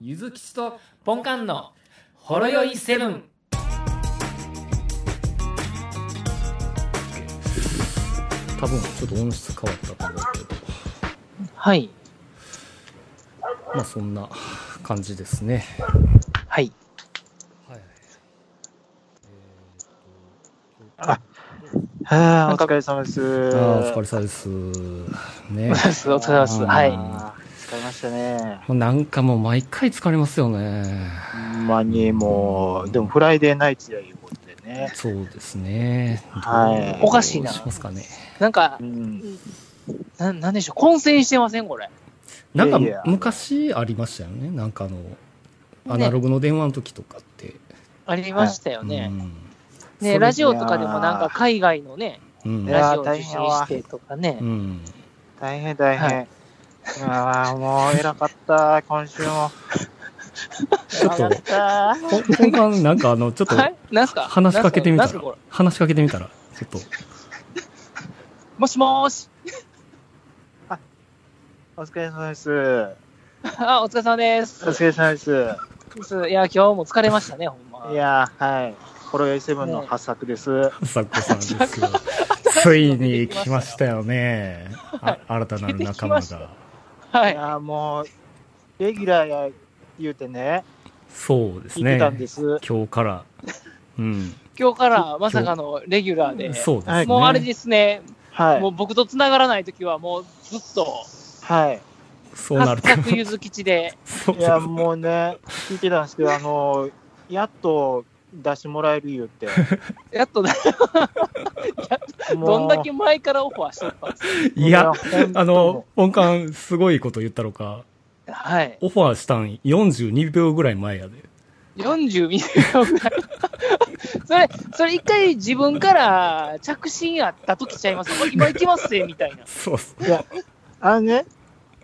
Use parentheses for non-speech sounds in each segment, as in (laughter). ゆずきちとポンカンのほろよいセブン。多分ちょっと音質変わったと思うけど、はい。まあそんな感じですね。はい。はい。ああー、お疲れ様です。ああ、お疲様れ様です。ねで。す。お疲れ様です。あーはい。疲れましたね。もうなんかもう毎回疲れますよね。ほんまにもう、でもフライデーナイトやいうことでね。そうですね。はいどうおかしいなしますかね。なんかう、ん。ななんでしょう、混戦してませんこれ。なんかいやいや昔ありましたよね。なんかあの、アナログの電話の時とかって。ありましたようね。んそれね、ラジオとかでもなんか海外のね、うんいやラジオーを受信してとかねう。ん、大変大変。はああ、もう偉かった、今週も。ちょっと偉かった。ほ本番なんかあのちょっとはい (laughs) なんすか話しかけてみたならんすかこれ話しかけてみたらちょっともしもーし。 (laughs) お疲れ様です。あ、お疲れ様ですお。疲れ様です。いや、今日も疲れましたね、ほんま。いやー、はい。ホロヨイセブンの発作です。サッコさんですよついに来ましたよねあ新たなる仲間出てきましたがはいい。やー、もう、レギュラーや言うてね、そうです言っねてたんです。今日からうん今日からまさかのレギュラーで。そうですねもうあれですね、はいも。う僕と繋がらないときは、もうずっと、はい。そうなると各ゆず吉で、そういや、もうね、聞いてたんですけど、あのー、やっと出してもらえる言 (laughs) うて。やっと、もうどんだけ前からオファーしてたんですいや本当あの音感すごいこと言ったのかかはい。オファーしたん42秒ぐらい前やで42秒ぐらい。 (laughs) それ、それ一回自分から着信あったときちゃいます。今行きますぜ、みたいな。そうそういや、あのね、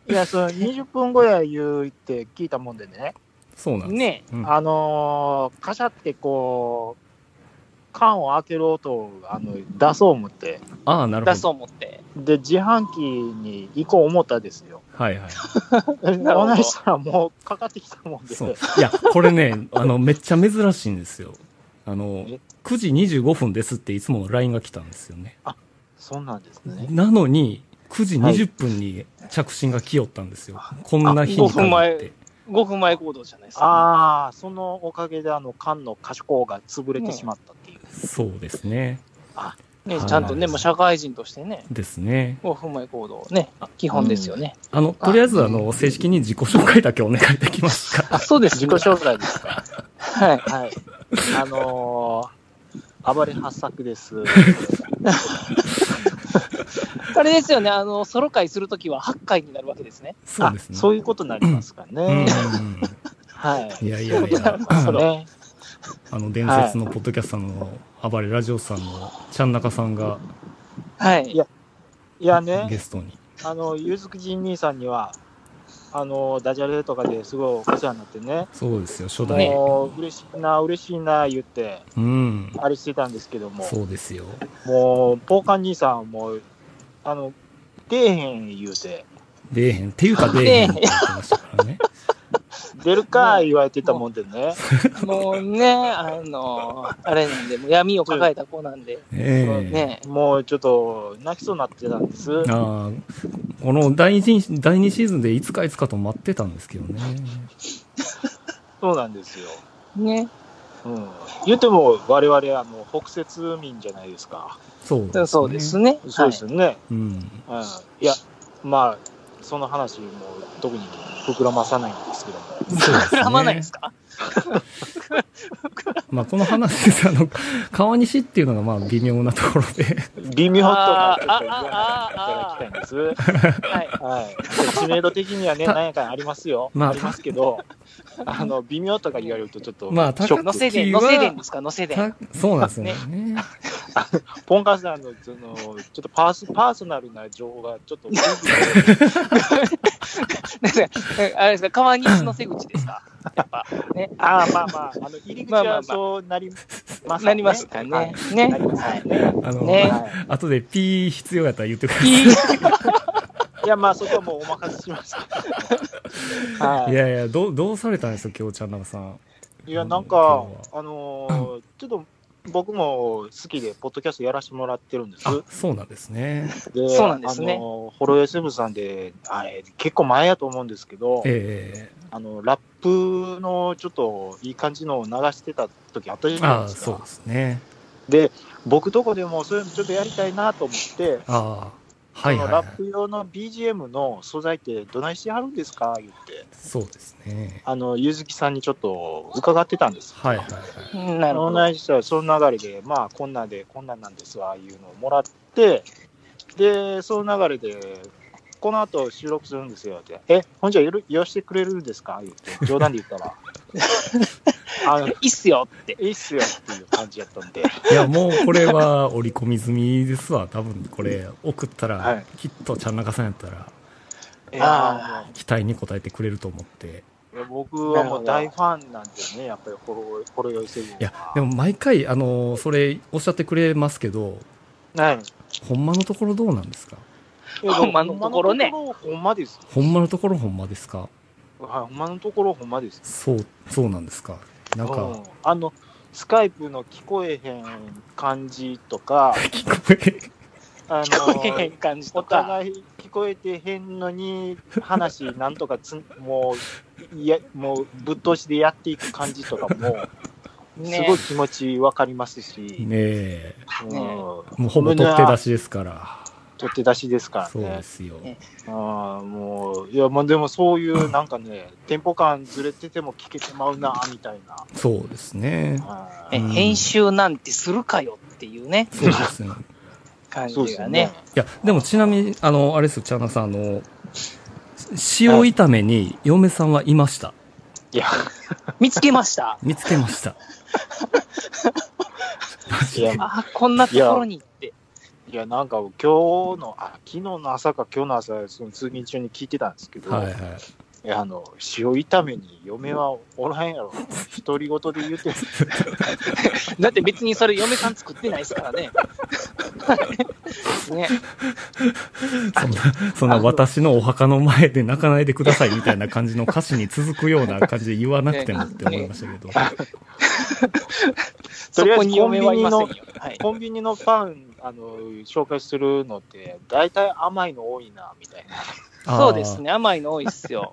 いや、その20分後や言うって聞いたもんでね、そうなんです、ねうんあのー、カシャってこう、缶を開ける音をあの出そう思って、ああなる出ほそうど思って。で、自販機に行こう思ったです (laughs) よ。はいはいなるほどお話したらもうかかってきたもんで、そう。いや、これね、あの、めっちゃ珍しいんですよ。あのえ、 9時25分ですっていつも LINE が来たんですよね。そうなんですね。なのに、9時はい20分に着信が来よったんですよ。こんな日にあ5分限って前。5分前行動じゃないですか。ああ、そのおかげであの缶の可視光が潰れてしまったっていう。そうですね。ね、はいちゃんとね、もう社会人としてね、ですね。 5分前行動ね、基本ですよね。あの、とりあえず、あの、正式に自己紹介だけお願いできますか。あ、そうです自ね己。紹介ですか。はい。 (laughs) はい。あのー、暴れ発作です。 (laughs) あれですよね、あの、ソロ会するときは8回になるわけですね。 (laughs) そうですあね。そうういうことになりますかね。んはい。いやいやいそうなやんで、 (laughs) そあれ、の、伝説のポッドキャスターの、暴れラジオさんの、ちゃんなかさんがはい。いやいやねゲ、ストに。あの、ゆずくじん兄さんには、あの、ダジャレとかですごいお世話になってね、そうですよ、初代。もう、嬉しいな、嬉しいな、言って、うん。あれしてたんですけども、そうですよ。もう、ポーカン兄さんはもう、あの、出えへん言うて、出えへん。っていうか出えへんって言ってましたからね。出るか、言われてたもんでね、もうね、あの、あれなんで、もう闇を抱えた子なんで、ええね、もうちょっと、泣きそうになってたんです。ああこの第1第2シーズンでいつかいつかと待ってたんですけどね。そうなんですよ。ね、うん。言っても、我々、あの、北節民じゃないですか。そうですね。そうですね。そうですよね。うん。うんいや、まあ、その話も特に膨らまさないんですけども。そうです膨らまないですかまあ、この話です。あの、川西っていうのがまあ微妙なところで、微妙とか、ちょっと言わあーあーあーあーないでいただきたいんです。はい。はい。知名度的には (laughs) ね、た何やかんありますよ。まあありますけど、あの、微妙とか言われるとちょっと、まあたショッのク。せでん、のせでんですか、のせでん。たそうなんですよね。ポンカンさんの、その、ちょっとパーソパーソナルな情報がちょっと、あれですか、川西のせ口ですか。やっぱ、ね。ああ、まあまあ、あの、入り口まあまあまはあそうなりますなりますかはねい。ねな。りますはい。ね。あの、ねはい後でピー必要やったら言ってください。いいいや、まあ、そこはもうお任せし (laughs) ました。はいいやいや、どう、どうされたんですか、京ちゃんなさん。いや、なんか今日、あのーちょっと僕も好きで、ポッドキャストやらせてもらってるんです。あ、そうなんですね。でそうなんですねあのーホロエスブさんで、あれ、結構前やと思うんですけど、えあの、ラップのちょっといい感じのを流してた時あったじえゃないあでそすうかで。すね。で、僕とこでもそういうのちょっとやりたいなと思って、ああ、はいはい、あのラはッい。プ用の BGM の素材ってどないしてはるんですか言って、そうですね。あの、ゆずきさんにちょっと伺ってたんです。はいはいはい。うんなるほ同ど。じ人はその流れで、まあ、こんなんで、こんなんなんですわ、いうのをもらって、で、その流れで、この後収録するんですよって、え、ほんじゃ、よろよろしてくれるんですか言って、冗談で言った (laughs) ら、あの、いいいっすよって。いっすよっていう感じやったんで、 (laughs) いや、もうこれは織り込み済みですわ。多分これ送ったら、はいきっとちゃん中さんやったらいや期待に応えてくれると思って。もう僕はもう大ファンなんでね、やっぱりホロ、ホロ酔いセブンは。いや、でも毎回、あの、それおっしゃってくれますけど、はい。ほんまのところどうなんですかほんまのところねほんまのところほんまです。ほんまのところほんまですかはい、ほんまのところほんまです。そう、そうなんですかなんか、うんあの、スカイプの聞こえへん感じとか、 (laughs) 聞こあ聞こえへんの、感じとおか。互い聞こえてへんのに、話なん (laughs) とかつ、もう、いや、もうぶっ通しでやっていく感じ (laughs) とかも、すねごい気持ちわかりますえし、ねえ。うんねもうほぼ取って出しですから。取って出しですかそうらでね。すよ。ねああ、もう、いや、まあでもそういうなんかね、テンポ感ずれてても聞けてまうな、みたいな。そうですね。はねうん編集なんてするかよっていうね、そうですね。感いそうでじすがよねね。。いや、でもちなみに、あの、あれですよ、チャーナさん、あの、し塩炒めに嫁さんはいました。いや、見つけました。見つけました。いや、あーこんなところにって。いや、なんか今日の、あ、昨日の朝か今日の朝、その通勤中に聞いてたんですけど、はいはいい、。やあの、塩炒めに嫁はおらへんやろ。独り言で言う (laughs) てる。だって別にそれ嫁さん作ってないですからね。ねそんな、そんな私のお墓の前で泣かないでくださいみたいな感じの歌詞に続くような感じで言わなくてもって思いましたけど。そこに嫁はいませんよ。はい、コンビニのパン、あの、紹介するのって、大体甘いの多いな、みたいな。あーそうです。ね、甘いの多いっすよ。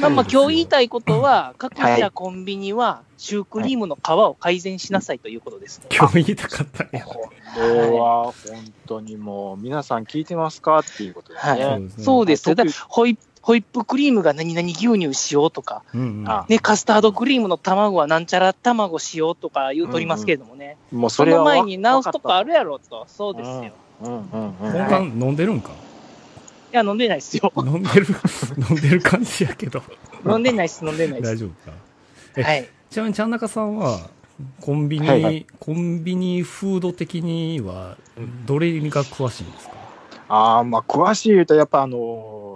まあまそうあですよ今日言いたいことは、各社コンビニはシュークリームの皮を改善しなさいということですね。今日言いたかったね。これは本当にもう、皆さん聞いてますかっていうことですね。そはうですねそうですよ。あだか特らにホイップホイップクリームが何々牛乳しようとか、うんうん。あね、カスタードクリームの卵はなんちゃら卵しようとか言うとりますけれどもね、もうそそれはのわ前に直すとかわあるやろと、そうかでっすたよ。いうんうんうん。本館飲んでるんかや、飲んでないっすよ。飲んでる、飲んでる感じやけど。飲んでないっす、飲んでない (laughs) っ大す。丈夫か。えはい。ちなみに、ちゃん中さんは、コンビニ、はいはいコンビニフード的には、どれが詳しいんですかああ、まあ、詳しい言うと、やっぱあのー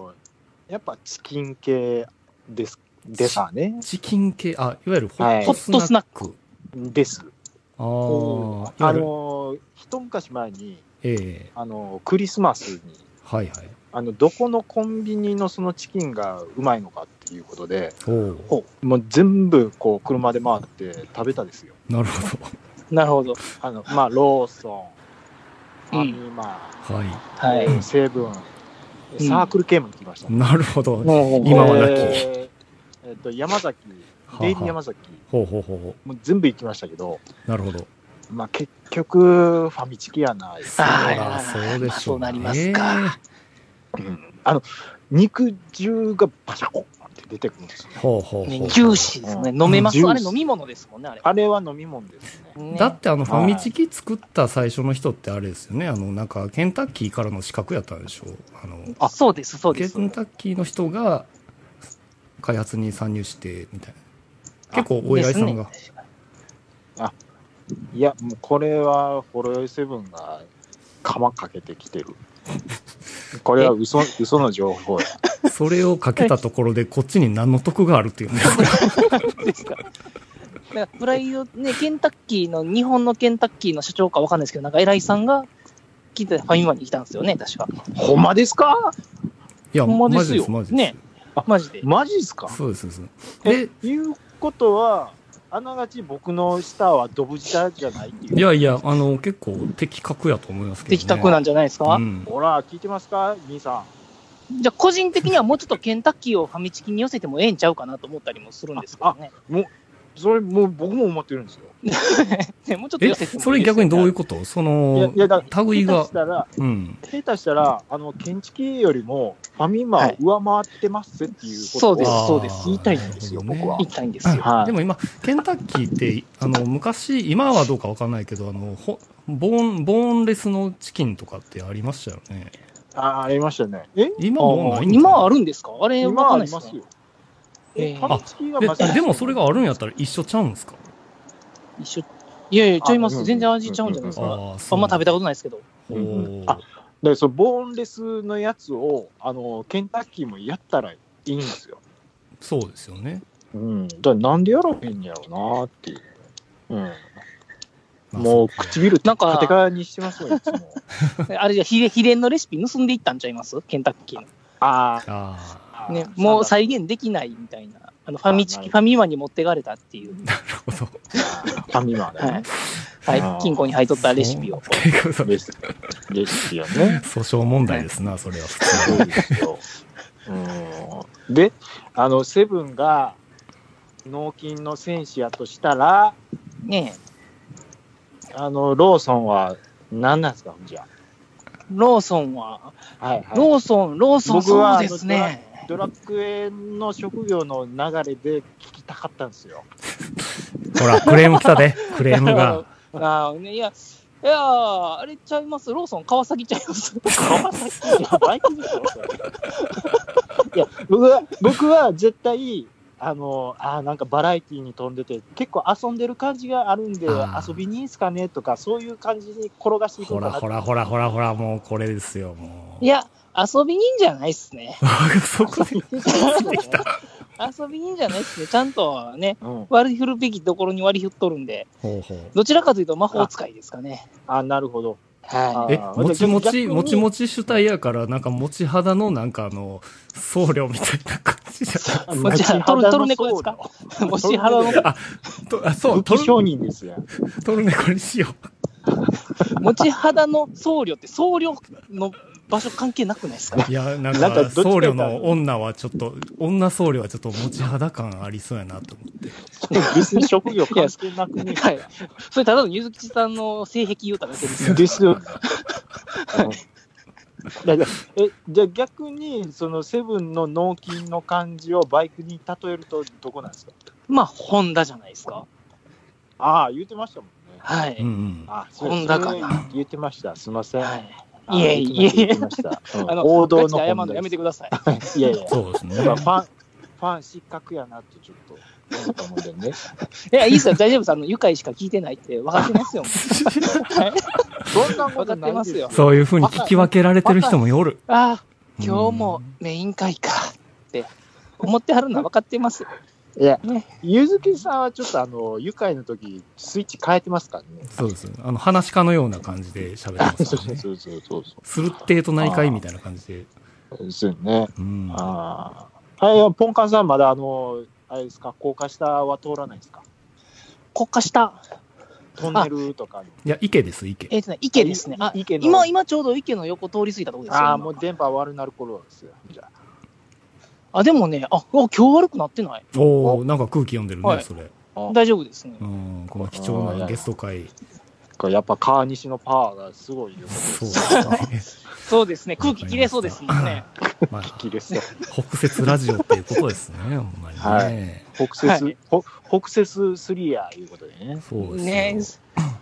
やっぱチキン系です、でさね。チキン系、あ、いわゆるホ,、はいットスナック。です。あうんあ、あいわゆるのー一昔前に、ええあのークリスマスに、はいはい。あの、どこのコンビニのそのチキンがうまいのかっていうことで、おお、もう全部こう、車で回って食べたですよ。なるほなるほど。あの、まあ、ローソン、フうァんミマ、ど。ははい。セブン、んサークル系も行きましたい。ね、なるほど。今今はなきえーえっと、山崎、デイリー山崎。ほうほうほうほもう全部行きましたけど、う。なるほど。まあ、結局、ファミチキやない、そうだ、あそうでしょう、ね。そうなりますかうんあの肉汁がバシャコンって出てくるんですよ。ほうほうほねう。ジューシーですね。うん飲めまジす。ューあシーれ飲み物ですもんね、あれ。あれは飲み物ですね。ねだってあのファミチキ作った最初の人ってあれですよね、あのなんかケンタッキーからの資格やったんでしょう。あのあそうです、そうケです。ンタッキーの人が開発に参入してみたいな。結構お偉いさんが。ですねいや、もうこれは、ホロヨイセブンが釜かけてきてる。(laughs) これは嘘嘘の情報や。それをかけたところでこっちに何の得があるっていうね。だからプライド、ね、ケンタッキーの、日本のケンタッキーの社長かわかんないですけど、なんか偉いさんが、聞いて、ファミマに来たんですよね、確か。ほんまですかいや、ほんまマでジすでよ。す、マジでね。マジで。マジですかす。そうです、そうです。え、いうことは、あながち僕の舌はドブ舌じゃないっていいう。やいや、あの、結構的確やと思いますけど、ね。的確なんじゃないですか、うん。ほら、聞いてますか兄さん。じゃあ、個人的にはもうちょっとケンタッキーをファミチキに寄せてもええんちゃうかなと思ったりもするんですけどね。それ、もう僕も思ってるんですよ。ねもうちょっとえ、寄せてもいいですよそれ逆にどういうことそいやの、いや、だから、類下手がし、たら、うん。下手したら、あの、建築よりも、ファミマを上回ってますっていうことそを、うですあーそうです言いたいんですよ、なる僕ほどは言。いたいんですよ。はいでも今、ケンタッキーって、あの、昔、今はどうかわかんないけど、あの、ほボーン、ボーンレスのチキンとかってありましたよね。あー、ありましたね。え今はもうないん今はあるるんですかあれ、わ今かんあないりですまかすよ。ええ、ーファミチキがででもそれが。があるんやったら一緒ちゃうんですか一緒。いやいや、ちゃいまあうす。ん全然味ちゃうんじゃないですあか。ーあそんうま食べたことないです (laughs) けど。おうんーあで、そのボーンレスのやつを、あの、ケンタッキーもやったらいいんですよ。そうですよね。うん。だからなんでやらへんやろうなっていう。うん。まあもうそうか唇なんかカテカにしてますよ、いつも。あれじゃ、秘伝秘伝のレシピ盗んでいったんちゃいますケンタッキーあああ。の。ね、もうさ再現できないみたいな。あの、ファミチあなキ、るファミマに持ってかれたっていう。 (laughs) あ、そう。ファミマだはいね。。はい。金庫に入っとったレシピを。結構そうレシレシピやね。訴訟問題ですな、それは普通そに。うですよ。うんで、あの、セブンが、納金の戦士やとしたら、ねえあの、ローソンは何なんですか、ほんじゃ。ローソンは、はいはい。ローソン、ローソン、僕はそうあのですね。ドラクエの職業の流れで聞きたかったんですよ。ほら、クレーム来たで、クレーム (laughs) が。あーね、いや、いやー、あれちゃいます、ローソン、川崎ちゃいます。川崎やばいでしょ、それいや、僕は、僕は絶対、あの、あーなんかバラエティーに飛んでて、結構遊んでる感じがあるんで、あー遊びにいいんすかねとか、そういう感じに転がしていこほうからなってほらほらほらほら、もうこれですよ、もう。いや、遊び人じゃないっす (laughs) ね。 (laughs) そこで、遊び人じゃないっすね。ちゃんとね、うん、割り振るべきところに割り振っとるんで、ほうほう。どちらかというと魔法使いですかね。あ、なるほど。はあえ、ーもちも逆ち、にもちもち主体やから、なんかもち肌のなんかあの、僧侶みたいな感じじゃ (laughs) ないもちろんトルトルネコですかい。もし肌の、とあ、そそう、う、トトルル、商人ですよ。トルネコにしよ持ち肌の僧侶って僧侶の場所関係なくないですか (laughs) う。いや、なんなんかどか、っちか僧言侶うたらの女はちょっと、女僧侶はちょっと持ち肌感ありそうやなと思って。別に職業関係なくね。はい。それただの柚木さんの性癖言うただけですよ。ですよね。だからえじゃあ逆にそのセブンの納金の感じをバイクに例えるとどこなんですかまあ、ホンダじゃないですか。ああ言ってましたもんね。はうんうい。ん。あホンダかなそれ言ってました。すみません。はい。あいえいえ言ってました。うんあの、王道のガチで謝るホンのダやめてください。いやいや。そうですね。やっぱファンファン失格やなってちょっと思ったの (laughs) でね。いや、いいっすよ、大丈夫です。あの、愉快しか聞いてないって分かってますよ。はいそんな分かことっなていでますすよよ。。そういうふうに聞き分けられてる人もおる。ああ、今日もメイン会かって思ってはるのは分かってます。いやね、ゆずきさんはちょっとあの愉快の時スイッチ変えてますからね。そうです。あの、話し家のような感じで喋ってますそうからそうね。そうそうそうするってえと内会みたいな感じで。ですよね。うん。ああ。はい、ポンカンさん、まだあの、あれですか、高架下は通らないですか国家下、トンネルとかの。いや、池です、池。えっ、とね、池ですね。あ、い池の今、今ちょうど池の横通り過ぎたとこですよ。ああ、今もう電波悪なる頃ですよ。じゃあ、でもね、あ、お今日悪くなってない。おおなんか空気読んでるね、はいそれ。あ。大丈夫ですね。うん、この貴重なゲスト会。だやっぱ川西のパワーがすごいよ。そうですそうですね、空気切れそうですもんね。ね。まあ、綺麗そう。北節ラジオっていうことですね、ほんまにね。は北節、はいほ北節スリアいうことでね。そうですよね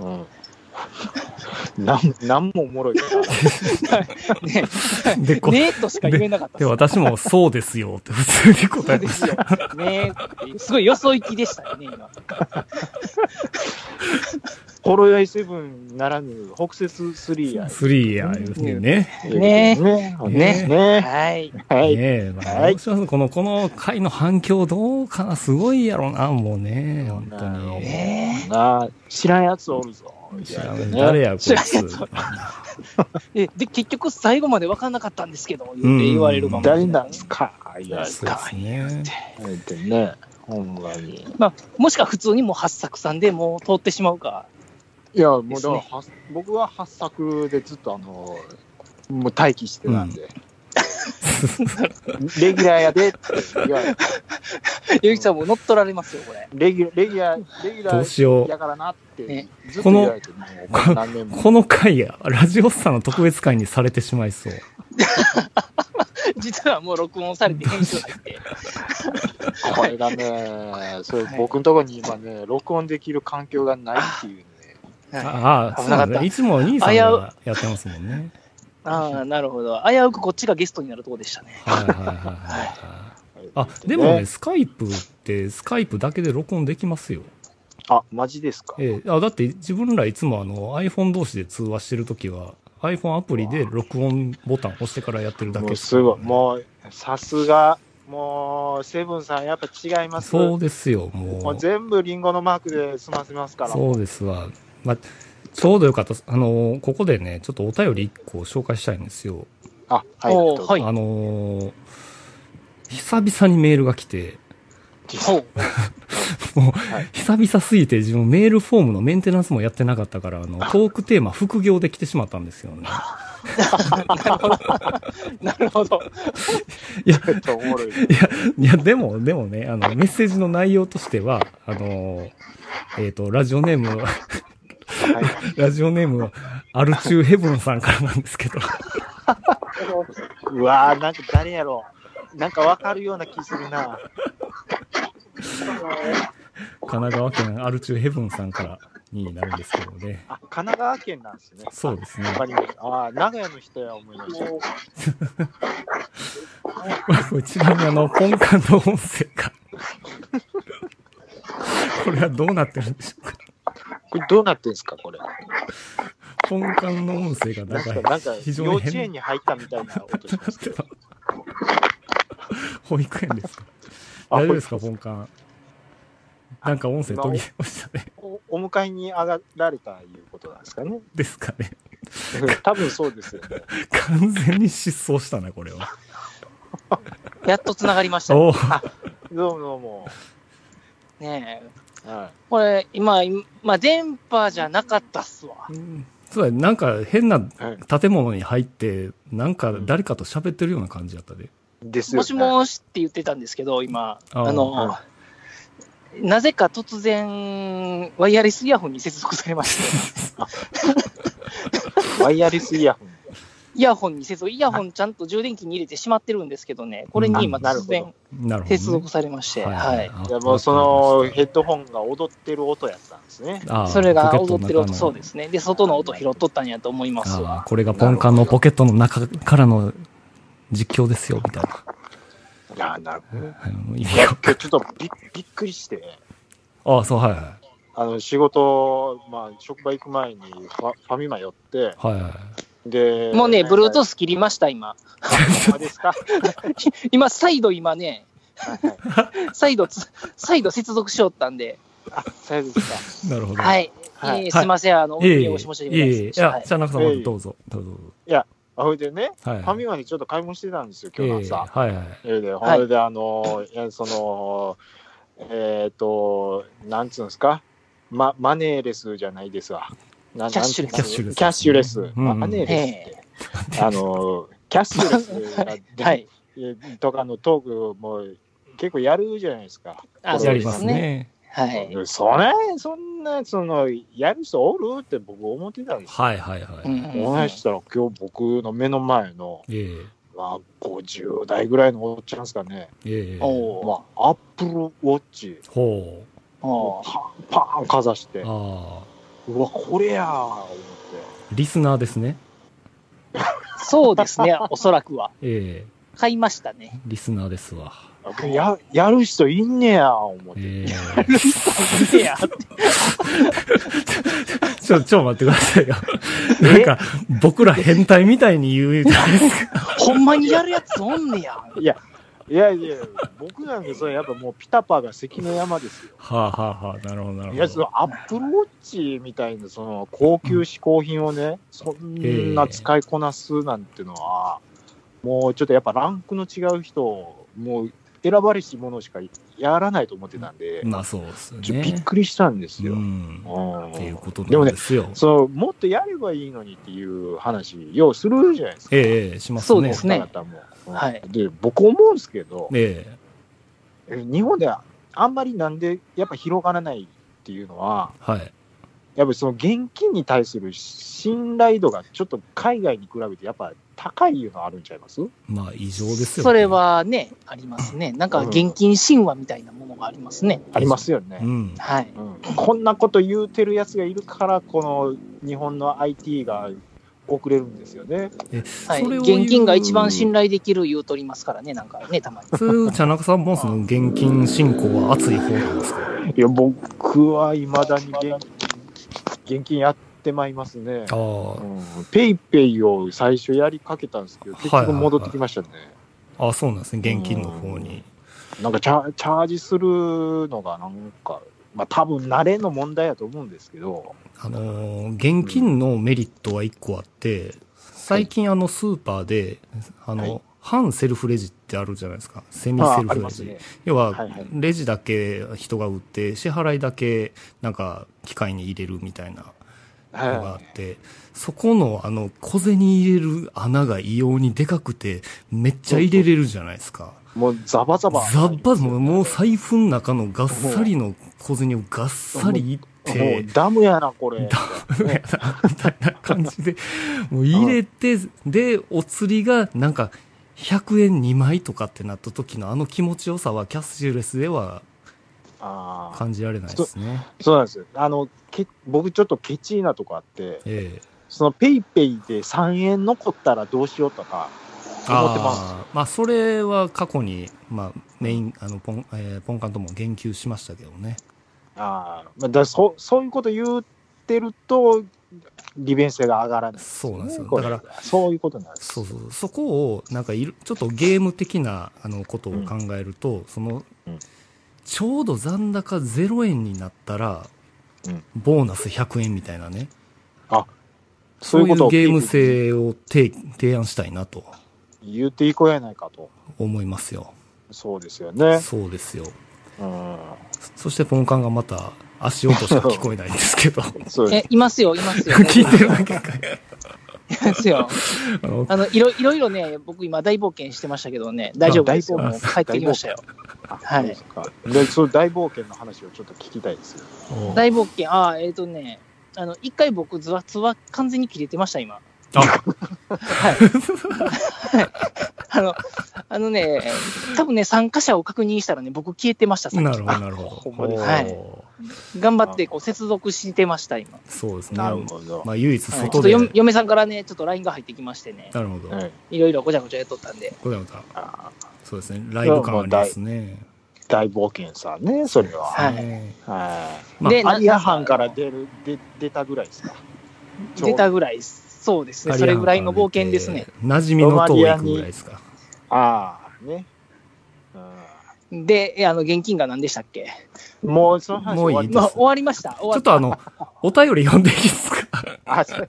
うん。なん、なんもおもろい (laughs) から。ね (laughs) で、こねえとしか言えなかったで、す私も、そうですよって普通に答そうえでましすよ。 (laughs) ねえっていうすごいよそ行きでしたよね、今。ほろ酔いセブンならぬ、北節3や。スリーや、言うてね。ねねねねはい。はい。ねえ、まあ、はいどうしますこの、この回の反響どうかなすごいやろな、もうね、本当に。ねなあ知らんやつおるぞ。知らん誰や、こいつ。えでで、結局最後まで分かんなかったんですけど、言うて言われるかもしれ誰なないん。すか言われそうですね。てね。ほんまに。まあ、もしくは普通にもう八作さんでもう通ってしまうか。いや、もうだからでは僕は発作でずっとあの、もう待機してたんで、レギュラーやでって言わ (laughs) れて、ゆきさんもう乗っ取られますよ、これ。レギュレギュラー、レギュどラうーしようや。からなってね、ずっと言われて、もう何年も。この回や、ラジオスターの特別回にされてしまいそう。実はもう録音されて編集入 (laughs) って。これがね、それ僕のところに今ね、録音できる環境がないっていうね。はい、ああ、危そうななかったんだ。いつもお兄さんがやってますもんね。ああ、なるほど。危うくこっちがゲストになるとこでしたね。はいはいはいはい。あ、でもね、スカイプって、スカイプだけで録音できますよ。あ、マジですかええ、あだって自分らいつもあの iPhone 同士で通話してるときは iPhone アプリで録音ボタン押してからやってるだもけうすごい。もう、さすが、もう、セブンさんやっぱ違います。そうですよ、もう。もう全部リンゴのマークで済ませますから。そうですわ。まあ、ちょうどよかったです。あの、ここでね、ちょっとお便り1個紹介したいんですよ。あ、はい。おーはいあの、久々にメールが来て、ほう。もう、はい久々すぎて自分メールフォームのメンテナンスもやってなかったから、あの、トークテーマ副業で来てしまったんですよね。なるほど。ちょっとおもろい。いや、いや、でも、でもね、あの、メッセージの内容としては、あの、えっ、と、ラジオネーム、 (laughs) はいラジオネーム、アルチューヘブンさんからなんですけど、 (laughs) うわーなんか誰やろう。なんかわかるような気するな。神奈川県アルチューヘブンさんからになるんですけどね。あ、神奈川県なんですね。そうですねわ。かりました。あー長屋の人や思いました。これちなみにあの、ポンカンの音声が。これはどうなってるんでしょうか。これどうなってんですか、これ。ポンカンの音声がなん長か、い。なんか非常幼に稚園変な。に入ったみたいな音しますけど。 (laughs) 保育園ですかあ大丈夫ですか、ポンカン。なんか音声途切れましたね。おお迎えに上がられたいうことなんですかね。 (laughs) ですかね。多分そうですよね。完全に失踪したな、これは。やっと繋がりましたねおお、どうもどうも。ねえ。はこれ、今、今、電波じゃなかったっすわ。そうだね、なんか変なはい建物に入って、なんか誰かと喋ってるような感じやったで。い。ですよ、ね。もしもしって言ってたんですけど、今、ああーの、なぜか突然、ワイヤレスイヤホンに接続され (laughs) まして、ワイヤレスイヤホン。イヤホンに接続、イヤホンちゃんと充電器に入れてしまってるんですけどね、これに今、うんな突るほど然なるほど、ね。接続されまして、はい。あいやもうそわのかヘりッドホンが踊ってる音やったんですね。ましたあーそれがポケット踊のっ中てる音、そうですね。で、外の音拾っとったんやと思いますあわ。ーこれがポンカンのポケットの中からの実況ですよ、みたいな。いや、なるほど。いはいもう意味やが今日ちょっとびびっくりして、ああ、そう、はいはあの仕事、まあ、職場行く前にファファミマ寄って、い。はいはい。で、もうね、なんか Bluetooth 切りました、今。あですか、今、再度今ね、はいはい、再度つ、再度接続しよったんで、あ、そうですなるほど。。はいい。はいえーすいません、あの、おええ、い耳を申し訳ございまえせんいえ、でいしたはやい、じゃあ中さんもどうぞ、どうぞ。か。あほいでね、はい。ファミマにちょっと買い物してたんですよ、今え日のえ朝。はいはい。それで、はいほいで、あの、いやその、えっ、と、なんつうんですか、ま、マネーレスじゃないですわ。なキャッシュレスなんつうんですキキャャッッシュシュレレスス。うんまマネーレスって、あの、キャッシュレスが (laughs) はい。とかのトークも結構やるじゃないですか。あやそうりでますすね。ね。はい。それ、そんな、その、やる人おるって僕思ってたんですよ。はいはいはい。うんうんお話ししたら今日僕の目の前の、ええまあ、50代ぐらいのおっちゃんですかね。ええおーまあ、アップルウォッチほう。おーパンパンかざして、ああ。うわ、これやー思って。リスナーですね。そうですね、おそらくは。ええ買いましたね。リスナーですわ。あこれややる人いんねや思って、ええいやちょ、ちょ、待ってくださいよ。なんか、僕ら変態みたいに言うじゃないですか。ほんまにやるやつおんねや。いや、いやいや、僕なんかそれやっぱもうピタパが関の山ですよ。はあ、はあはあ、なるほど、ないるや、ほそど。のアップルウォッチみたいな、その高級嗜好品をね、そんな使いこなすなんてのは、もうちょっとやっぱランクの違う人を、もう選ばれし者しかやらないと思ってたんで、まあそうですちょね。びっくりしたんですうよ。ん。うんっていうことでなもんねですよ。そう、もっとやればいいのにっていう話、ようするじゃないですか。ええええ、しますね。そうですね方々もはいで、僕思うんですけど、ええ、え日本ではあんまりなんでやっぱ広がらないっていうのは、はい。やっぱりその現金に対する信頼度がちょっと海外に比べてやっぱ高いいうのあるんちゃいますまあ異常ですよ、ね。それ。はね、ありますね。なんか現金神話みたいなものがありますね。ありますよね。うん。はい。うんこんなこと言うてるやつがいるから、この日本の IT が遅れるんですよね。はい、それを言う現金が一番信頼できる言うとりますからね、なんかね、たまに。そういう茶中さんもその現金進行は熱い方なんですかいや、僕はいまだに現金現金やってまいりますね。あうんペイペイを最初やりかけたんですけど、結はいはい局はい戻ってきましたね。あ、あそうなんですね。現金の方に。なんかチャチャージするのがなんか、まあ多分慣れの問題やと思うんですけど、あのー現金のメリットは一個あって、最近あのスーパーで、あの、はい反セルフレジってあるじゃないですか。セミまあセあルフりレますジ。ね。要はいははい、レジだけ人が売って、支払いだけ、なんか、機械に入れるみたいなのがあはって、そこの、あの、小銭入れる穴が異様にでかくて、めっちゃ入れれるじゃないですか。い、もうザバザバ。ザッバもう、もう財布の中のがっさりの小銭をがっさりいっもうて、ダムやな、これ。ね (laughs) みたいな感じで、もう入れて、で、お釣りがなんか、100円2枚とかってなった時のあの気持ちよさはキャッシュレスではあー感じられないですね。そうなんですよ。あの、け僕ちょっとケチーなとこあって、ええ。そのペイペイで3円残ったらどうしようとか、思ってます。あーまあ、それは過去に、まあ、メイン、あの、ポン、えーポンカンとも言及しましたけどね。あーまあ、だそそういうこと言ってると、利便性が上がらない、そうなんですよこれだかそういうことなんです。そうそう。そこを、なんかいる、ちょっとゲーム的な、あの、ことを考えると、そのうん、ちょうど残高0円になったら、うんボーナス100円みたいなね。そそうういいううことをゲーム性を提提案したいなと言っていこうやないかと。思いますよ。そうですよね。そうですよ。うん。そして、ポンカンがまた、足音しか聞こえないんですけど。 (laughs) そうでえ、いますよ、いますよ。聞いてるだ (laughs) けかよ。いますよ。あのあの、いろいろいろね、僕今大冒険してましたけどね、大丈夫ですよ。大あ冒もう帰ってきましたよ。すか。はいそうですか。で、その大冒険の話をちょっと聞きたいですよ。お大冒険、ああ、えっ、とね、あの、一回僕、ズワツワ完全に切れてました、今。 (laughs) あ、あの、あのね、多分ね、参加者を確認したらね、僕消えてました、さっきなるほど、なるほほんど。まですねはい頑張って、こう、接続してました、今。そうですね。なるほど。まあ、唯一はいちょ外っとで。よ嫁さんからね、ちょっと LINE が入ってきましてね、なるほど。はいいろいろごちゃごちゃやっとったんで、ごめんなさいあーそうですね。ライブ感ありますね。大冒険さんね、それは。はいねはい。まあでなアリアハンから出る、出出たぐらいですか。ちょう出たぐらい、そうですね、それぐらいの冒険ですね。。馴染みの遠い行くぐらいですか。ああ、ね。で、えあの、現金が何でしたっけうん。もう、その話終もうわりいいまであ、す終わりました。終ちょわっっとあの、お便り読んでいいですかあ、そう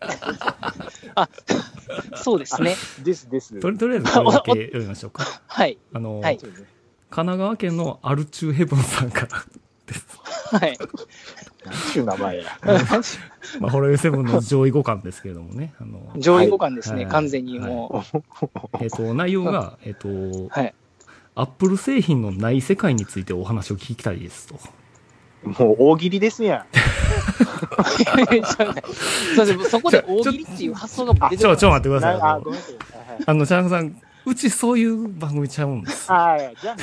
そうですね。です、です。とりとりあえずこれだ (laughs) け読みましょうか。はい。あの、はいそうね神奈川県のアルチューヘブンさんからです。 (laughs) はい。なんちゅう名前や。まあ、ホロウェイセブンの上位互換ですけれどもね。あの、上位互換ですね、はい完全にもえっ、と、内容が、えっ、とう。、はい。アップル製品のない世界についてお話を聞きたいですと。もう大喜利ですやん。そうですそこで大喜利っていう発想が僕あ、出ちてこょ、ないちょ待ってください。なああ、のごめんなさい。はいあの、シャンさん、うちそういう番組ちゃうんです。はいあー、じゃ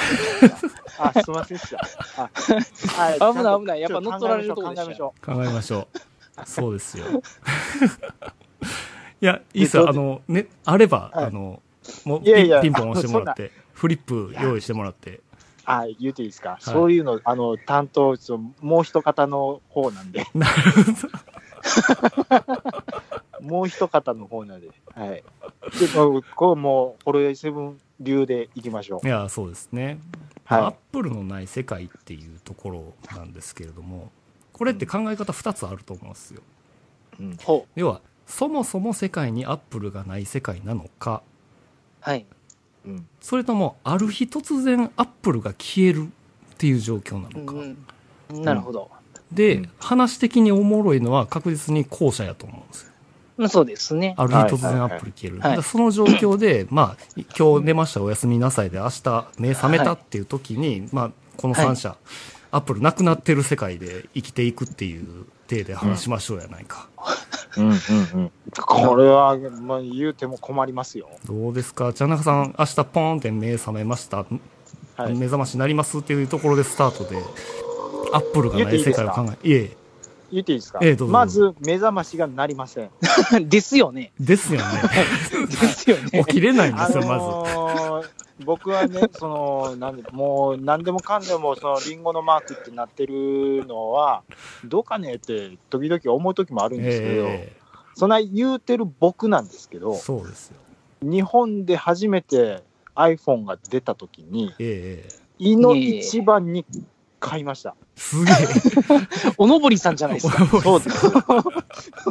あ、あ、すみませんでした。あはい危ない危ないやっぱ乗っ取られるとこ考でえしまたしょ考えましょ (laughs) う。そうですよ。いや、いいっすよ。えあどの、ね、あれば、はいあの、もういやいやピンピンポン押してもらって、フリップ用意してもらって、あ、言っていいですか、そういうの、あの、担当、そのもう一方の方なんで、 (laughs) なるほど。 (laughs) もう一方の方なんで、はい。で、こうこうもう、ホロヨイセブン流でいきましょうい。や、そうですね。アッはプルのない世界っていうところなんですけれども、これって考え方2つあると思うんですよ。い。うん、ほ要は、そもそも世界にアップルがない世界なのか、はい。う。うん。それとも、ある日突然アップルが消えるっていう状況なうのか。んうん、なるほど。で、うん話的におもろいのは確実に後者やと思うんですよ。うんそうですね。ある日突然アップル消える。だからその状況で、まあ、今日寝ました、おやすみなさいで、明日目覚めたっていう時に、まあ、この3社、アップルなくなってる世界で生きていくっていう体で話しましょうやないか。うん、うん、うん。これは、まあ、言うても困りますよ。どうですかじゃあ、中さん、明日ポーンって目覚めました、はい。目覚ましになりますっていうところでスタートで、アップルがない世界を考え、いえ、言っていいですか、ええどうぞまず、目覚ましがなりません。ですよね。ですよね。 (laughs) ですよね起。きれないんであすよ、 (laughs) まず。のー僕はね、その、なんで、もう、何でもかんでも、その、リンゴのマークってなってるのは、どうかねって、時々思う時もあるんですけど、えそんな言うてる僕なんですけえど、そうですよ。日本で初めて iPhone が出た時に、ええ胃の一番に買いました。すげえ。おのぼりさんじゃないですか。そうです。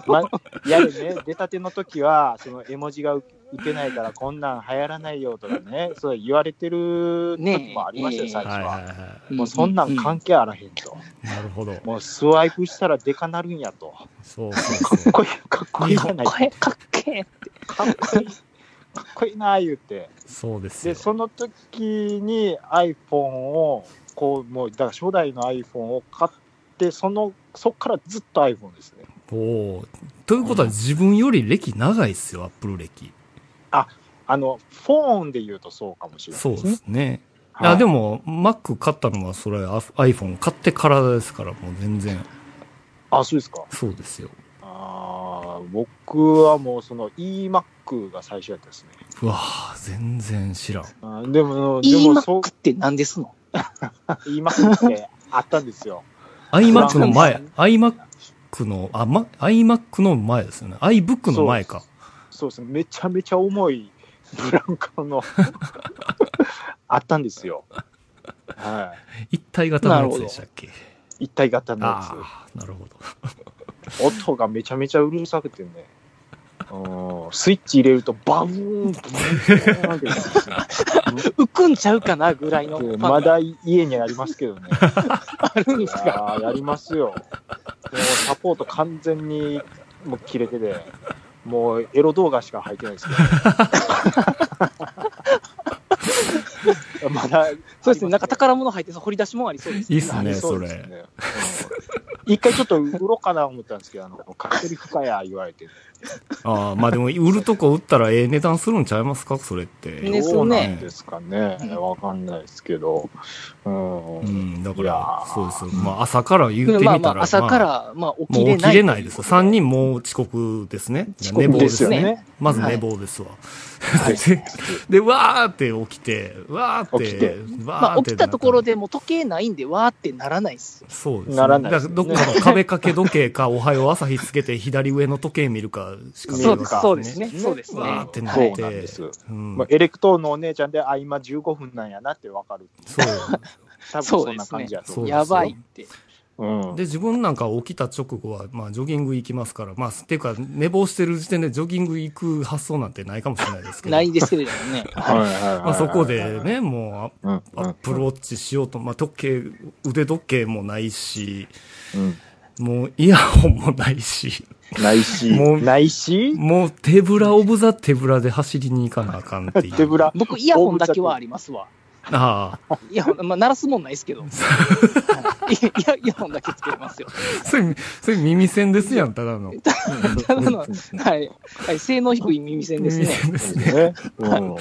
ま、いやでね、出たての時は、その絵文字が打てないから、こんなん流行らないよとかね、そう言われてる時もありましたよ、ねえ最初はいはいは。はもうそんなん関係あらへんと。い。なるほど。もうスワイプしたらデカなるんやと。そうそうかそっこいい、かっこいいじゃうんなかいっこええかかっけえ。っこいい、かっこいいな、言うて。う。そうですよで、。その時に iPhone を、こう、もう、だから初代の iPhone を買って、その、そっからずっと iPhone ですね。おーということは自分より歴長いっすよ、アップル歴。あの、フォンで言うとそうかもしれないそうでですね。すね。はいあでも、Mac 買ったのは、それ iPhone 買ってからですから、もう全然、あ、そうですか。そうですよ。あー僕はもうその eMac が最初やったですね。うわぁ、全然知らん。あーでも、でもそう EMAC って何ですの eMac ってあったんですよ。 iMac のそ前う、 iMac の、あ、ま、iMac の前ですよね。iBook の前か。そうですね。めちゃめちゃ重いブランカ (laughs) のあったんですよ。は一体型のやつでしたっけい。一体型のやああ、なるほど。つ。音がめちゃめちゃうるさくてね。うんスイッチ入れるとバブーンってなるんで (laughs) すよ浮くんちゃうかなぐらいので。パまンがだ家にありますけどね。あるんですが。あやりますよ。もうサポート完全にもう切れてて、もうエロ動画しか入ってない (laughs) ですけど。まだ、そうですね。なんか宝物入ってそう、掘り出しもありそうですいいっね。すあね、りそうですれ。。うん一回ちょっと売ろうかな思ったんですけど、あの、買ってる深や言われて。 (laughs) ああ、まあでも、売るとこ売ったらええ値段するんちゃいますかそれって。ねですどうよなんねですかね。わかんないですけど。うんうん、だかいやら、ーそうですよ。まあ、朝から言ってみたら、まあまあ、朝かまあら、まあ、起もうきれ起ない。きれないです。3人もう遅刻ですね。遅寝刻坊でですすよね。ね。まずはい寝坊ですわ。はいでで、わーって起きて、わーっ起て、きてわまーっあ、起てきたところで。でもう時計ないんで、わーってならないっす。そうです、ならないでだすかよらねどっかの壁掛け時計か、 (laughs) おはよう朝日つけて、左上の時計見るかしか見えそうるです、か、そうですね。そうですね。わーってなっそうて。なんです。うんまあ、エレクトーンのお姉ちゃんで、あ、今15分なんやなってわかる。そう。多分そんな感じやとそう思う。ですやばいって。うんで、自分なんか起きた直後は、まあ、ジョギング行きますから、まあ、っていうか、寝坊してる時点でジョギング行く発想なんてないかもしれないですけど。ないですけれど (laughs) もね。まあ、そこで、ね、もう、うんアップルウォッチしようと、まあ、時計、腕時計もないし、うんもうイヤホンもないし、ないし、もうないし、もう手ぶらオブザ手ぶらで走りに行かなあかんっていう。手ぶら。僕、イヤホンだけはありま (laughs) すわ。ああ。イヤホン、まあ、鳴らすもんないですけど。はいイヤイヤホンだけつけますよ。それ、それ耳栓ですやん、ただの。ただの、はい。はい性能低い耳栓です耳ね。栓ですね。ね。うん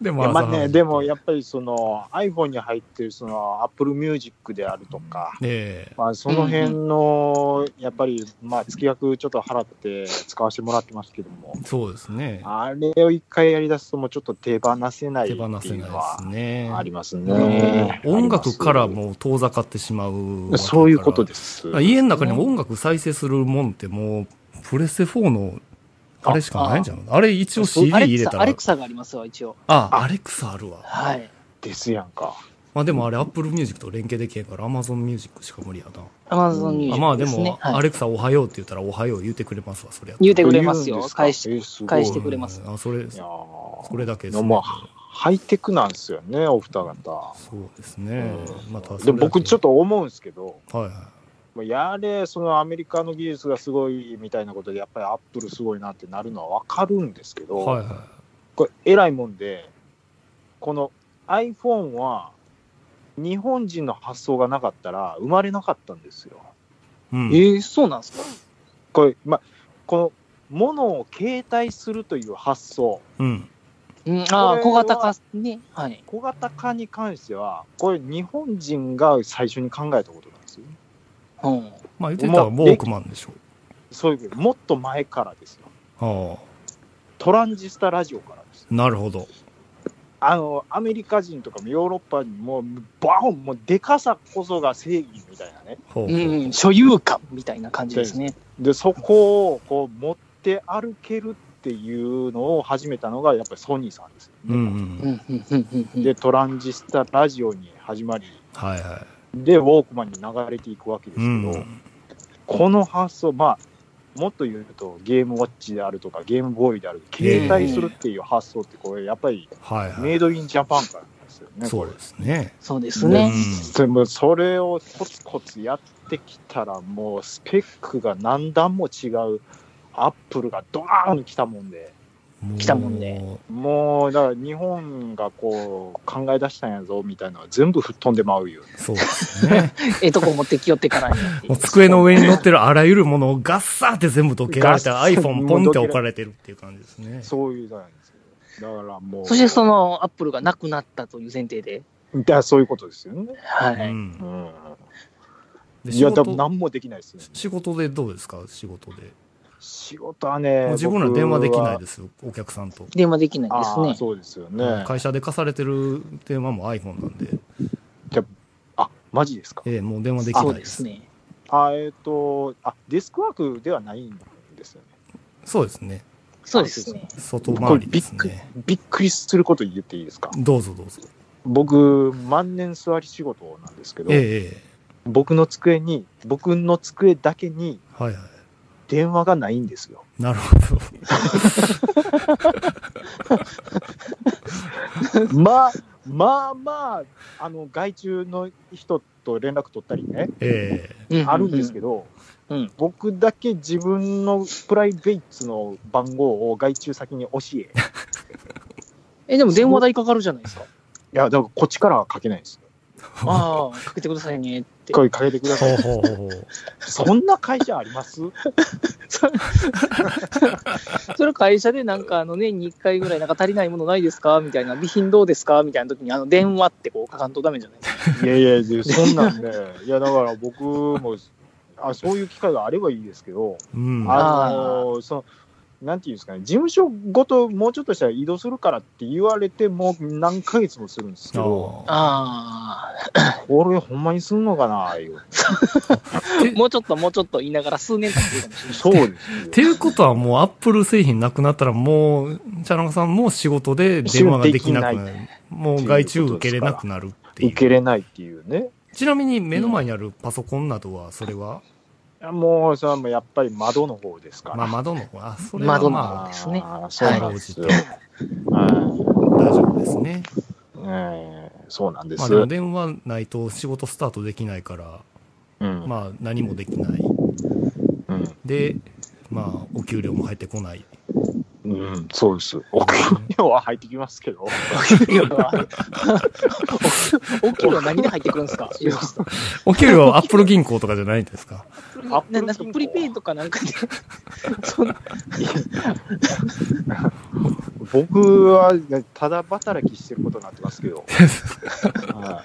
でいもやまあね、でもねやっぱりその iPhone に入ってるその Apple Music であるとか、えまあ、その辺のやっぱりまあ月額ちょっと払って使わせてもらってますけども、そうですね。あれを一回やり出すともうちょっと手放せないって手いう放せないでのはすね。ありますね。音楽からありもう遠ざかってしまうます。そういうことす。ですだか。ら家の中にも音楽再生するもんってもう、プレステ4のあれしかないんじゃん。あれ一応 CD アレ入クれサたアらレク。サがありますわ、一応。あ、アレクサあるわ。はい。ですやんか。まあでもあれ Apple Music と連携できへんから Amazon Music しか無理やな。アマゾンミュあージまッあクでですねも、。はアいレクサおはようって言ったらおはよう言うてくれますわ、そりゃ。言うてくれますよ言うんですか返しえーすごい返してくれますうんあ、それ、いやーそれだけです、でもまあハイテクなんですよね、お二方。そうですね。まあ、でも僕ちょっと。と思うんですけど、はいはい。もうやれ、そのアメリカの技術がすごいみたいなことで、やっぱりアップルすごいなってなるのはわかるんですけど、はいはこれ、偉いもんで、この iPhone は、日本人の発想がなかったら生まれなかったんですよ。い。うんえー、そうなんですかこれ、まあ、この、ものを携帯するという発想、うん。うん、あこあ、れは小型化ね。はい。小型化に関しては、これ、日本人が最初に考えたことなんですよ。うん。まあ言ってたらウォークマンでしょそういう、もっと前からですよ。あトランジスタラジオからです。あ、なるほど。あの、アメリカ人とかもヨーロッパ人も、バーン、もうでかさこそが正義みたいなね。ほうほううん、所有感みたいな感じですね。で、そこをこう持って歩けるっていうのを始めたのが、やっぱりソニーさんですようね、んう。うんん、うん、うん、うんうん。で、トランジスタラジオに始まり、はいはで、ウォークマンに流れていくわけでい。すうけど、ん。この発想、まあ、もっと言うと、ゲームウォッチであるとか、ゲームボーイであるとか、携帯するっていう発想って、これ、やっぱりはいはメイドインジャパンからなんですよね。い。そうですね。そうですね。でもそれをコツコツやってきたら、もうスペックが何段も違う、アップルがドカーン来たもんで、うん来たもんでうもうだから日本がこう考え出したんやぞみたいなのは全部吹っ飛んでまうよね。そうですね。ええとこ持ってきよってからに。もう机の上に乗ってるあらゆるものをガッサーって全部どけられてガッサー iPhone ポンって置かれてるっていう感じですね。そういうのなんですよ。だからもう、そしてそのアップルがなくなったという前提で。だからそういうことですよね。はう。い。うんん、でいや、仕だ事何もできないですね。仕事でどうですか仕事で。仕事はね、もう自分ら電話できないでですよ。お客さんと。電話できないですね。そうですよね。会社で貸されてる電話も iPhone なんで、あ、マジですか。ええ、もう電話できそなういでですす。ね。あ、えっ、と、あ、デスクワークではないんですよね。そうですね。そうですね。外こ回れりびでっすくりね。びっくりすること言っていいですかどうぞどうぞ。僕、万年座り仕事なんですけど、ええええ。僕の机に、僕の机だけにはいはい。電話がないんですよ。 (laughs) なるほど。まあ、まあまあ、あの、外注の人と連絡取ったりね、え (laughs) あるんですけど。ど、うん僕だけ自分のプライベートの番号を外注先に教え。いえ、でも電話代かかるじゃないですか。や、だからこっちからはかけないんですよ。ああ、かけてくださいねって。声かけてくだえ。さほ (laughs) い。うほうほうほう。そんな会社ありますそれ会社でなんかあの年に1回ぐらいなんか足りないものないですかみたいな、備品どうですかみたいな時にあの電話ってこう書かんとダメじゃないですか。いやいやいや、そんなんね、 (laughs) いやだから僕もあ、そういう機会があればいいですけど、うん。はあのそのなんていうんですかね、事務所ごともうちょっとしたら移動するからって言われて、もう何ヶ月もするんですけど、ああ俺、ほんまにすんのかな、いう。あ、もうちょっともうちょっと言いながら数年経ってるかもしれない。そうですっていうことはもうアップル製品なくなったらもう、チャランさんも仕事で電話ができなくできなる。もう外注受けれなくなるって受いう。けれないっていうね。ちなみに目の前にあるパソコンなどは、それは、もう、それはもうやっぱり窓の方ですから。まあ窓の方、あ、それは窓のまあ方ですねあーそうなんですよ。はい大丈夫ですね。うんそうなんでまあす。でも電話ないと仕事スタートできないから、うんまあ何もできない。うんで、まあお給料も入ってこない。うん、そうです。お給料は入ってきますけど、お給料は。お給料何で入ってくるんですかシロクさん (laughs) お給料はアップル銀行とかじゃないんですかアップル銀行ななんかプリペイドかなんかで。そんな (laughs) 僕はただ働きしてることになってますけど、はい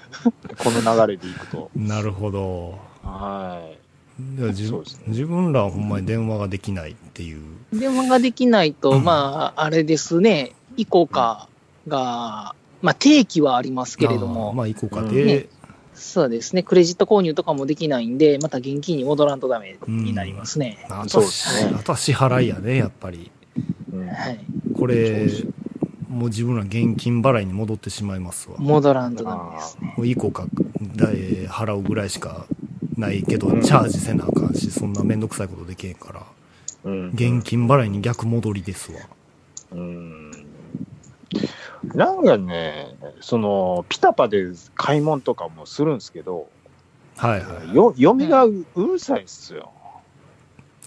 この流れでいくと。なるほど。はいや自そうですね自分らはほんまに電話ができないっていう。電話ができないと、うんまあ、あれですね、イコカが、まあ、定期はあいますけれどあも、ーまあ、行こうかうんでね、そうですね、クレジット購入とかもできないんで、また現金に戻らんとダメになりますね。あとそうはですねあとは支払いやね、やっぱり。い。うんはい。これそうで、もう自分ら現金払いに戻ってしまいますわ。も戻らんとダメですね。ういい子か、だえー払うぐらいしかないけどう、んチャージせなあかんし、そんなめんどくさいことできへんから。うん現金払いに逆戻りですわ。うんなんかね、そのピタパで買い物とかもするんですけど、はいはい。よ読みがううるさいっすよ。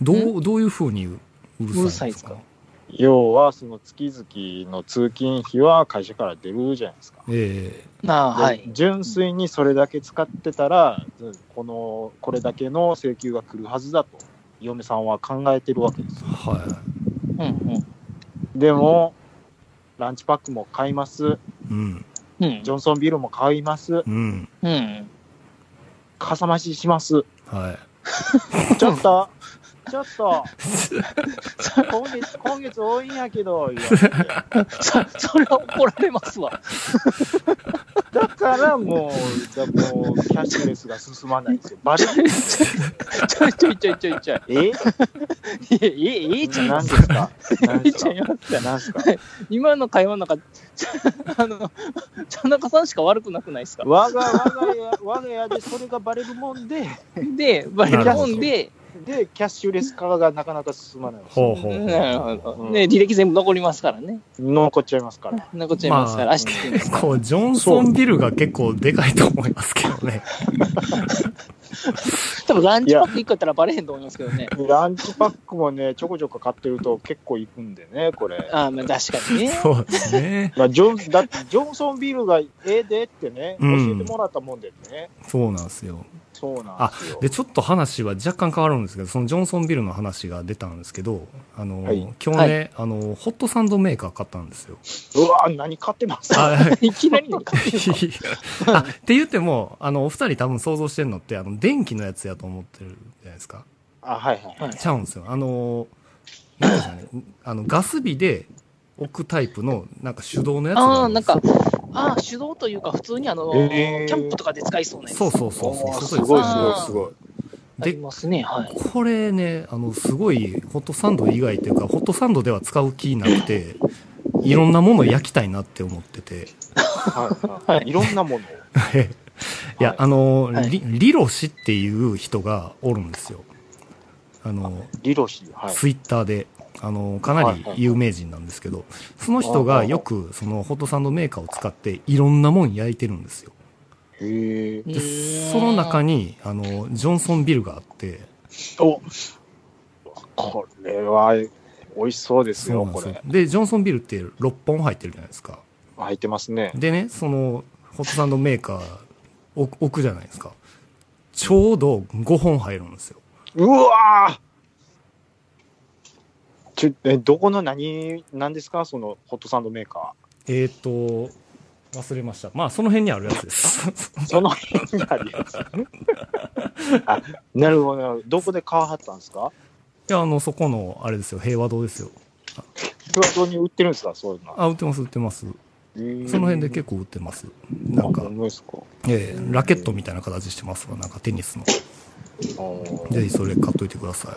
どう、どういう風にうるうるささいいんんでですすかか要は、その月々の通勤費は会社から出るじゃないですか。えああ、ではい。純粋にそれだけ使ってたら、この、これだけの請求が来るはずだと、嫁さんは考えてるわけですえよ。はうんうん。でも、ランチパックも買います、い。うん。うんジ。ョンソンビールも買います、うん。うん。かさ増しします、 (laughs) はい。ちょ (laughs) っと、ちょっと、今月、今月多いんやけど、言われてそ、 (laughs) それは怒られますわ。だからもう、だもうキャッシュレスが進まないんですよ。バレるちょいちょいちょいちょいちょい。えええ、え、え、え、ち (laughs) ゃいま何すで。すか何えでえすちゃいかます。何ですか今の会話の中、 (laughs) ちゃあの、田中さんしか悪くなくないですか我が、我が家、我が家でそれがバレるも (laughs) んで、で、バレるもんで、で、キャッシュレス化がなかなか進まないんですよ。ほうほうほう。なるほうど。んね、履歴全部残りますからね。残っちゃいますから。残っちゃいますから、まあ足つきま (laughs) す。こう、ジョンソンビルが結構でかいと思いますけどね。多分ランチパック1個やったらバレへんと思いますけどね。ランチパックもね、ちょこちょこ買ってると結構行くんでね、これ。ああ、まあ確かにね。そうですね。まあ、ジョンだってジョンソンビールがええでってね、教うんえてもらったもんでね、そうなんですよ。そうなんですよ。で、ちょっと話は若干変わるんですけど、そのジョンソンビルの話が出たんですけど、あの、はい今日ね、あの、ホットサンドメーカー買ったんですよ。うわー何買ってますあ (laughs) いきなりね、あって言っても、あの、お二人多分想像してるのって、あの、電気のやつやと思ってるじゃないですか。あ、はいはい。はいちゃうんですよ。あの、なんですかね、あの、ガス火で置くタイプの、なんか手動のやつああ、るなでんすよか、ああ、手動というか、普通にあの、えーキャンプとかで使いそうなやつ。そうそうそうおそう。ーそすうごいですすごいすごい。ありますね、はい。これね、あの、すごい、ホットサンド以外というか、ホットサンドでは使う気なくて、いろんなもの焼きたいなって思ってて。はいはい、いろ (laughs) んなものを。いや、はいあの、はいり、リロシっていう人がおるんですよ。あの、リロシー、はい。ツイッターで、あの、かなり有名人なんですけど、その人がよく、その、ホットサンドメーカーを使って、いろんなもん焼いてるんですよ。へえ。で、その中に。に、あの、ジョンソンビルがあって、おこれは美味しそうですそうよ、なんでこすよれ。。で、ジョンソンビルって6本入ってるじゃないですか。入ってますね。でね、その、ホットサンドメーカー置置くじゃないですか。ちょうど5本入るんですよ。うわーちょえどこの何、何ですか、そのホットサンドメーカえーと、忘れました。まあ、その辺にあるやつです。 (laughs) ー。その辺にある (laughs) やつ。あ、なるほどなるほど。どこで買わはったんですかいや、あの、そこの、あれですよ、平和堂ですよ。平和堂に売ってるんですか、そういうのは。あ、売ってます、売ってます。その辺で結構売ってます。構なんかほ、んまですか。えーラケットみたいな形してますわ、なんかテニスの。おーぜひそれ買っといてください。っ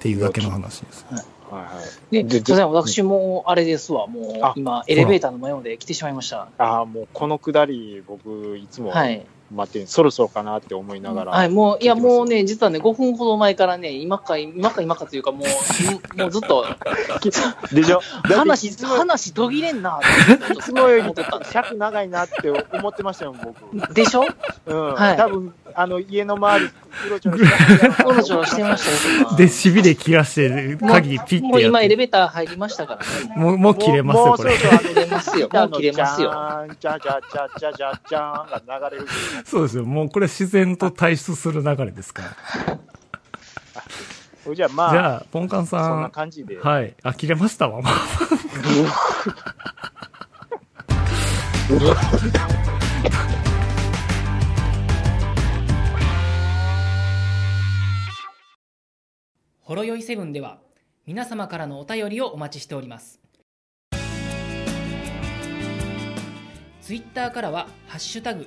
ていうだけの話です。はいはい。ね、すでいません、私も、あれですわ、もうあ、今、エレベーターの前まで来てしまいました。ああ、もうこのくだり、僕、いつもは待い。って、そろそろかなって思いながら。はい、もう、いや、聞いてますもうね、実はね、5分ほど前からね、今か、今か、今かというか、もう、んもうずっと、でしょ話、すごい話途切れんなって、ちょっと (laughs) すごい思ってたんで尺長いなって思ってましたよ、僕。うん。でしょ多はい分、あの、家の周り、うろちょろしてましたうろちょろしてました (laughs) よで、しびれ切らして、もう鍵ピッもうてや今エレって。ベーター入りましたからね。もう、もう切れますもよ、こうそろれ。そろあの切れますよ。もう切れますよ。あのじゃんじゃんじゃんじゃんじゃんじゃんじゃんが流れる。そうですよ。もうこれ自然と退出する流れですから。じゃあまあ、じゃあ、ポンカンそんさ。なん感じで。はい。あ、切れま (laughs) したわ。もうほろよいセブンでは皆様からのお便りをお待ちしておりますツイッターからは「ハッシュタグ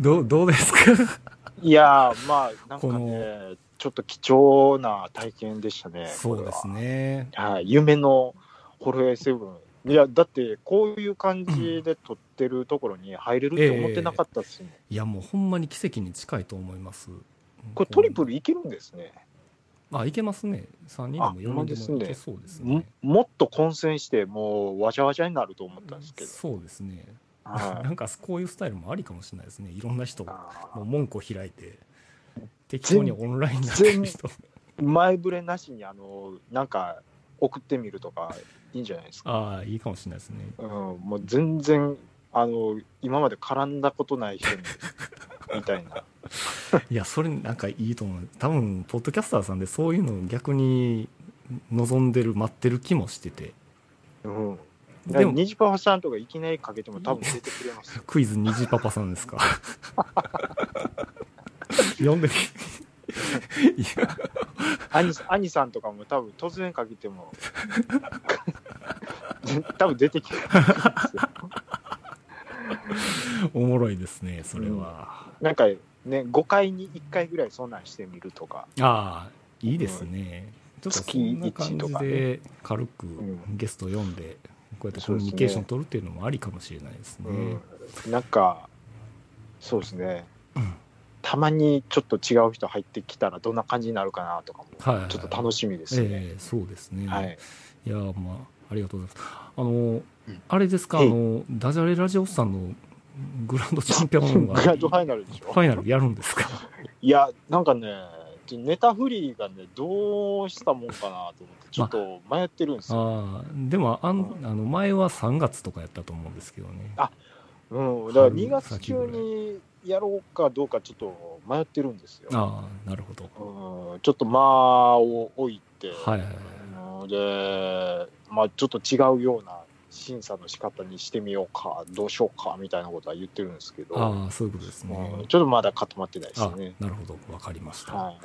どう、どうですかいやー、まあ、なんかこね、ちょっと貴重な体験でしたね。そうですね。これは。はい、夢のホロエイセブン。いや、だって、こういう感じで撮ってるところに入れるって思ってなかったっすね。いや、もうほんまに奇跡に近いと思います。これトリプルいけるんですね。あ、いけますね。3人でも4人でもいけそうですもね。もっと混戦して、もうわちゃわちゃになると思ったんですけど。そうですね。は (laughs) ないんかこういうスタイルもありかもしれないですね。いろんな人、もあう門戸開いて、適当にオンラインになってる人。ー前触れなしに、あの、なんか、送ってみるとか、いいんじゃないですか。ああ、いいかもしれないですね。うん、もう全然、あの、今まで絡んだことない人に、みたいな。いや、それなんかいいと思う。多分、ポッドキャスターさんでそういうのを逆に望んでる、待ってる気もしてて。うん。ででも、も、ニジパワさんとかいきなりかけても多分出てくれますよ。クイズ虹パパさんですか。 (laughs) 読んでみ (laughs) いや、兄さん兄さんとかも多分突然かけても、 (laughs) 多分出てき (laughs) てますよ。おもろいですね、それは。なんかね、5回に1回ぐらいそんなんしてみるとか。ああ、いいですね。ちょっとそんな感じ月一とかでね軽くんゲスト読んで、こうやってコそうですねミュニケーション取るっていうのもありかもしれないですね。うん、なんか、そうですねうん。たまにちょっと違う人入ってきたらどんな感じになるかなとかも、はいはい。ちょっと楽しみですね。ええそうですね。はい。いやーまあありがとうございますあのーあれですかあええのダジャレラジオさんのグランドチャンピオンが (laughs) グランドファイナルでしょファイナルやるんですかいや、なんかね、ネタフリーがね、どうしたもんかなと思って、ちょっと迷ってるんですよ。ああでもあのあの前は3月とかやったと思うんですけどねあうん、だから春2月中にやろうかどうか、ちょっと迷ってるんですよ。ああなるほどうん、ちょっと間を置いて、はいはいはいうんで、まあ、ちょっと違うような審査の仕方にしてみようか、どうしようかみたいなことは言ってるんですけど、ああそういうことですねうんちょっとまだ固まってないですあね。なるほどわかりました、はい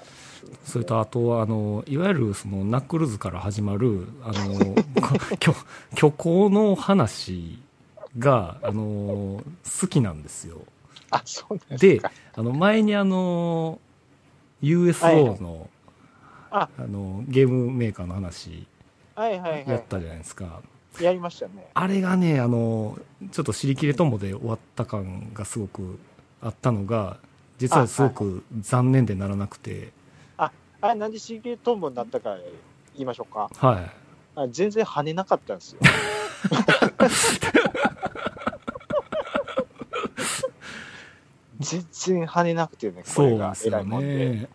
それとあとあのいわゆるそのナックルズから始まるあの (laughs) 虚虚構の話があの好きなんですよあ、そうなんでですか。、あの、前にあの、USO の、ああの、ゲームメーカーの話はいはいはやっい。たじゃないですか。やりましたね。あれがね、あの、ちょっと尻切れともで終わった感がすごくあったのが、実はすごく残念でならなくて、あれ、なんでシーゲートンボになったか言いましょうか。はい。あ全然跳ねなかったんで (laughs) すよ。全然跳ねなくてね、こそれうなんがです偉よいもんで。ね。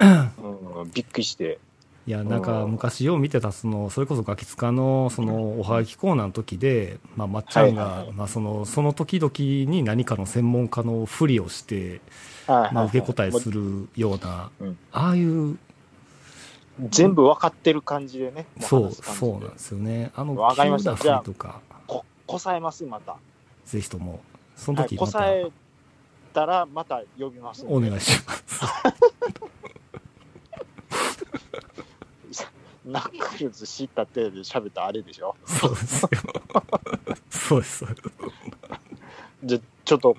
うん、びっくりして。いや、なんか昔よう見てた、その、それこそガキツカの、その、おはがきコーナーの時で、まあ、まっちゃんはいはいがは、まあ、その、その時々に何かの専門家のふりをして、はいまあ、受け答えする。るようなうん、ああいう、もう全部分かってる感じでね。もそう、話す感じそうでなんですよね。あの、わかりました急な振りとか、こ、こさえます、また。ぜひとも、そのはい、時こまたさえたら、また呼びますんで。お願いします。ナックルズ知った程度で喋ったあれでしょそうですよ。そうです。じゃ、ちょっと、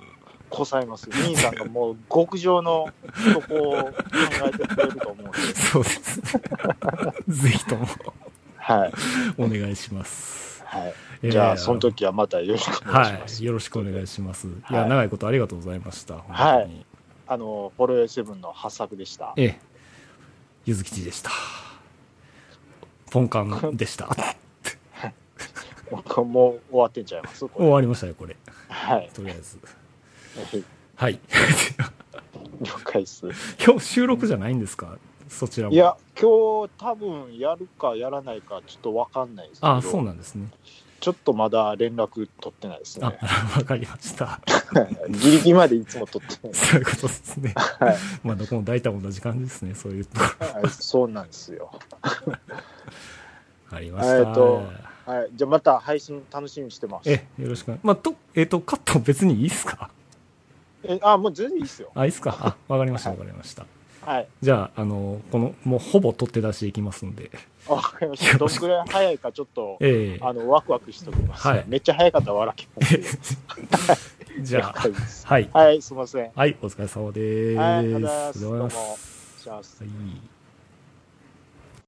こさえ (laughs) ますよ。兄さんがもう極上のとこを考えてくれると思うんで。そうです。ぜひともはい。お願いします。はい。いやじゃあ、その時はまたよろしくお願いしはます。い。よろしくお願いします。いはや、い長いことありがとうございました。はい本当に。あの、フォロヨイセブンの発作でした。ええ。ゆずきちでした。ポンカンで (laughs) した。もうもう終わってんちゃいますこ終れ。わりましたよ、これ。はい。とりあえず。はいはい。 (laughs) 了解です。今日収録じゃないんですかそちらも。い。や、今日多分やるかやらないかちょっとわかんないですけど、ああ、そうなんですね。ちょっとまだ連絡取ってないですあね。、わかりました。ギリギリまでいつも取ってない。そういうことですね。 (laughs) はいまあ、どこも大体同じ感じですね。そういうとこはい、そうなんですよ。ろ。ありました。えーとはい、じゃあまた配信楽しみにしてます。え、よろしく。まあ、と、えっ、と、カット別にいいっすかえあ、もう全然いいですよ。あ、いいっすかあ、わかりました、はわいかりました。はい、じゃあ、あの、この、もうほぼ取って出していきますんで。わかりました。どんぐらい早いかちょっと、ええあの、ワクワクしておきます。はいめっちゃ早かったら笑けます (laughs) じゃあ、了解ですはい。はい、すいません。はい、お疲れ様でーす。はいありがとうございますありがとうございますどうも。じゃあはい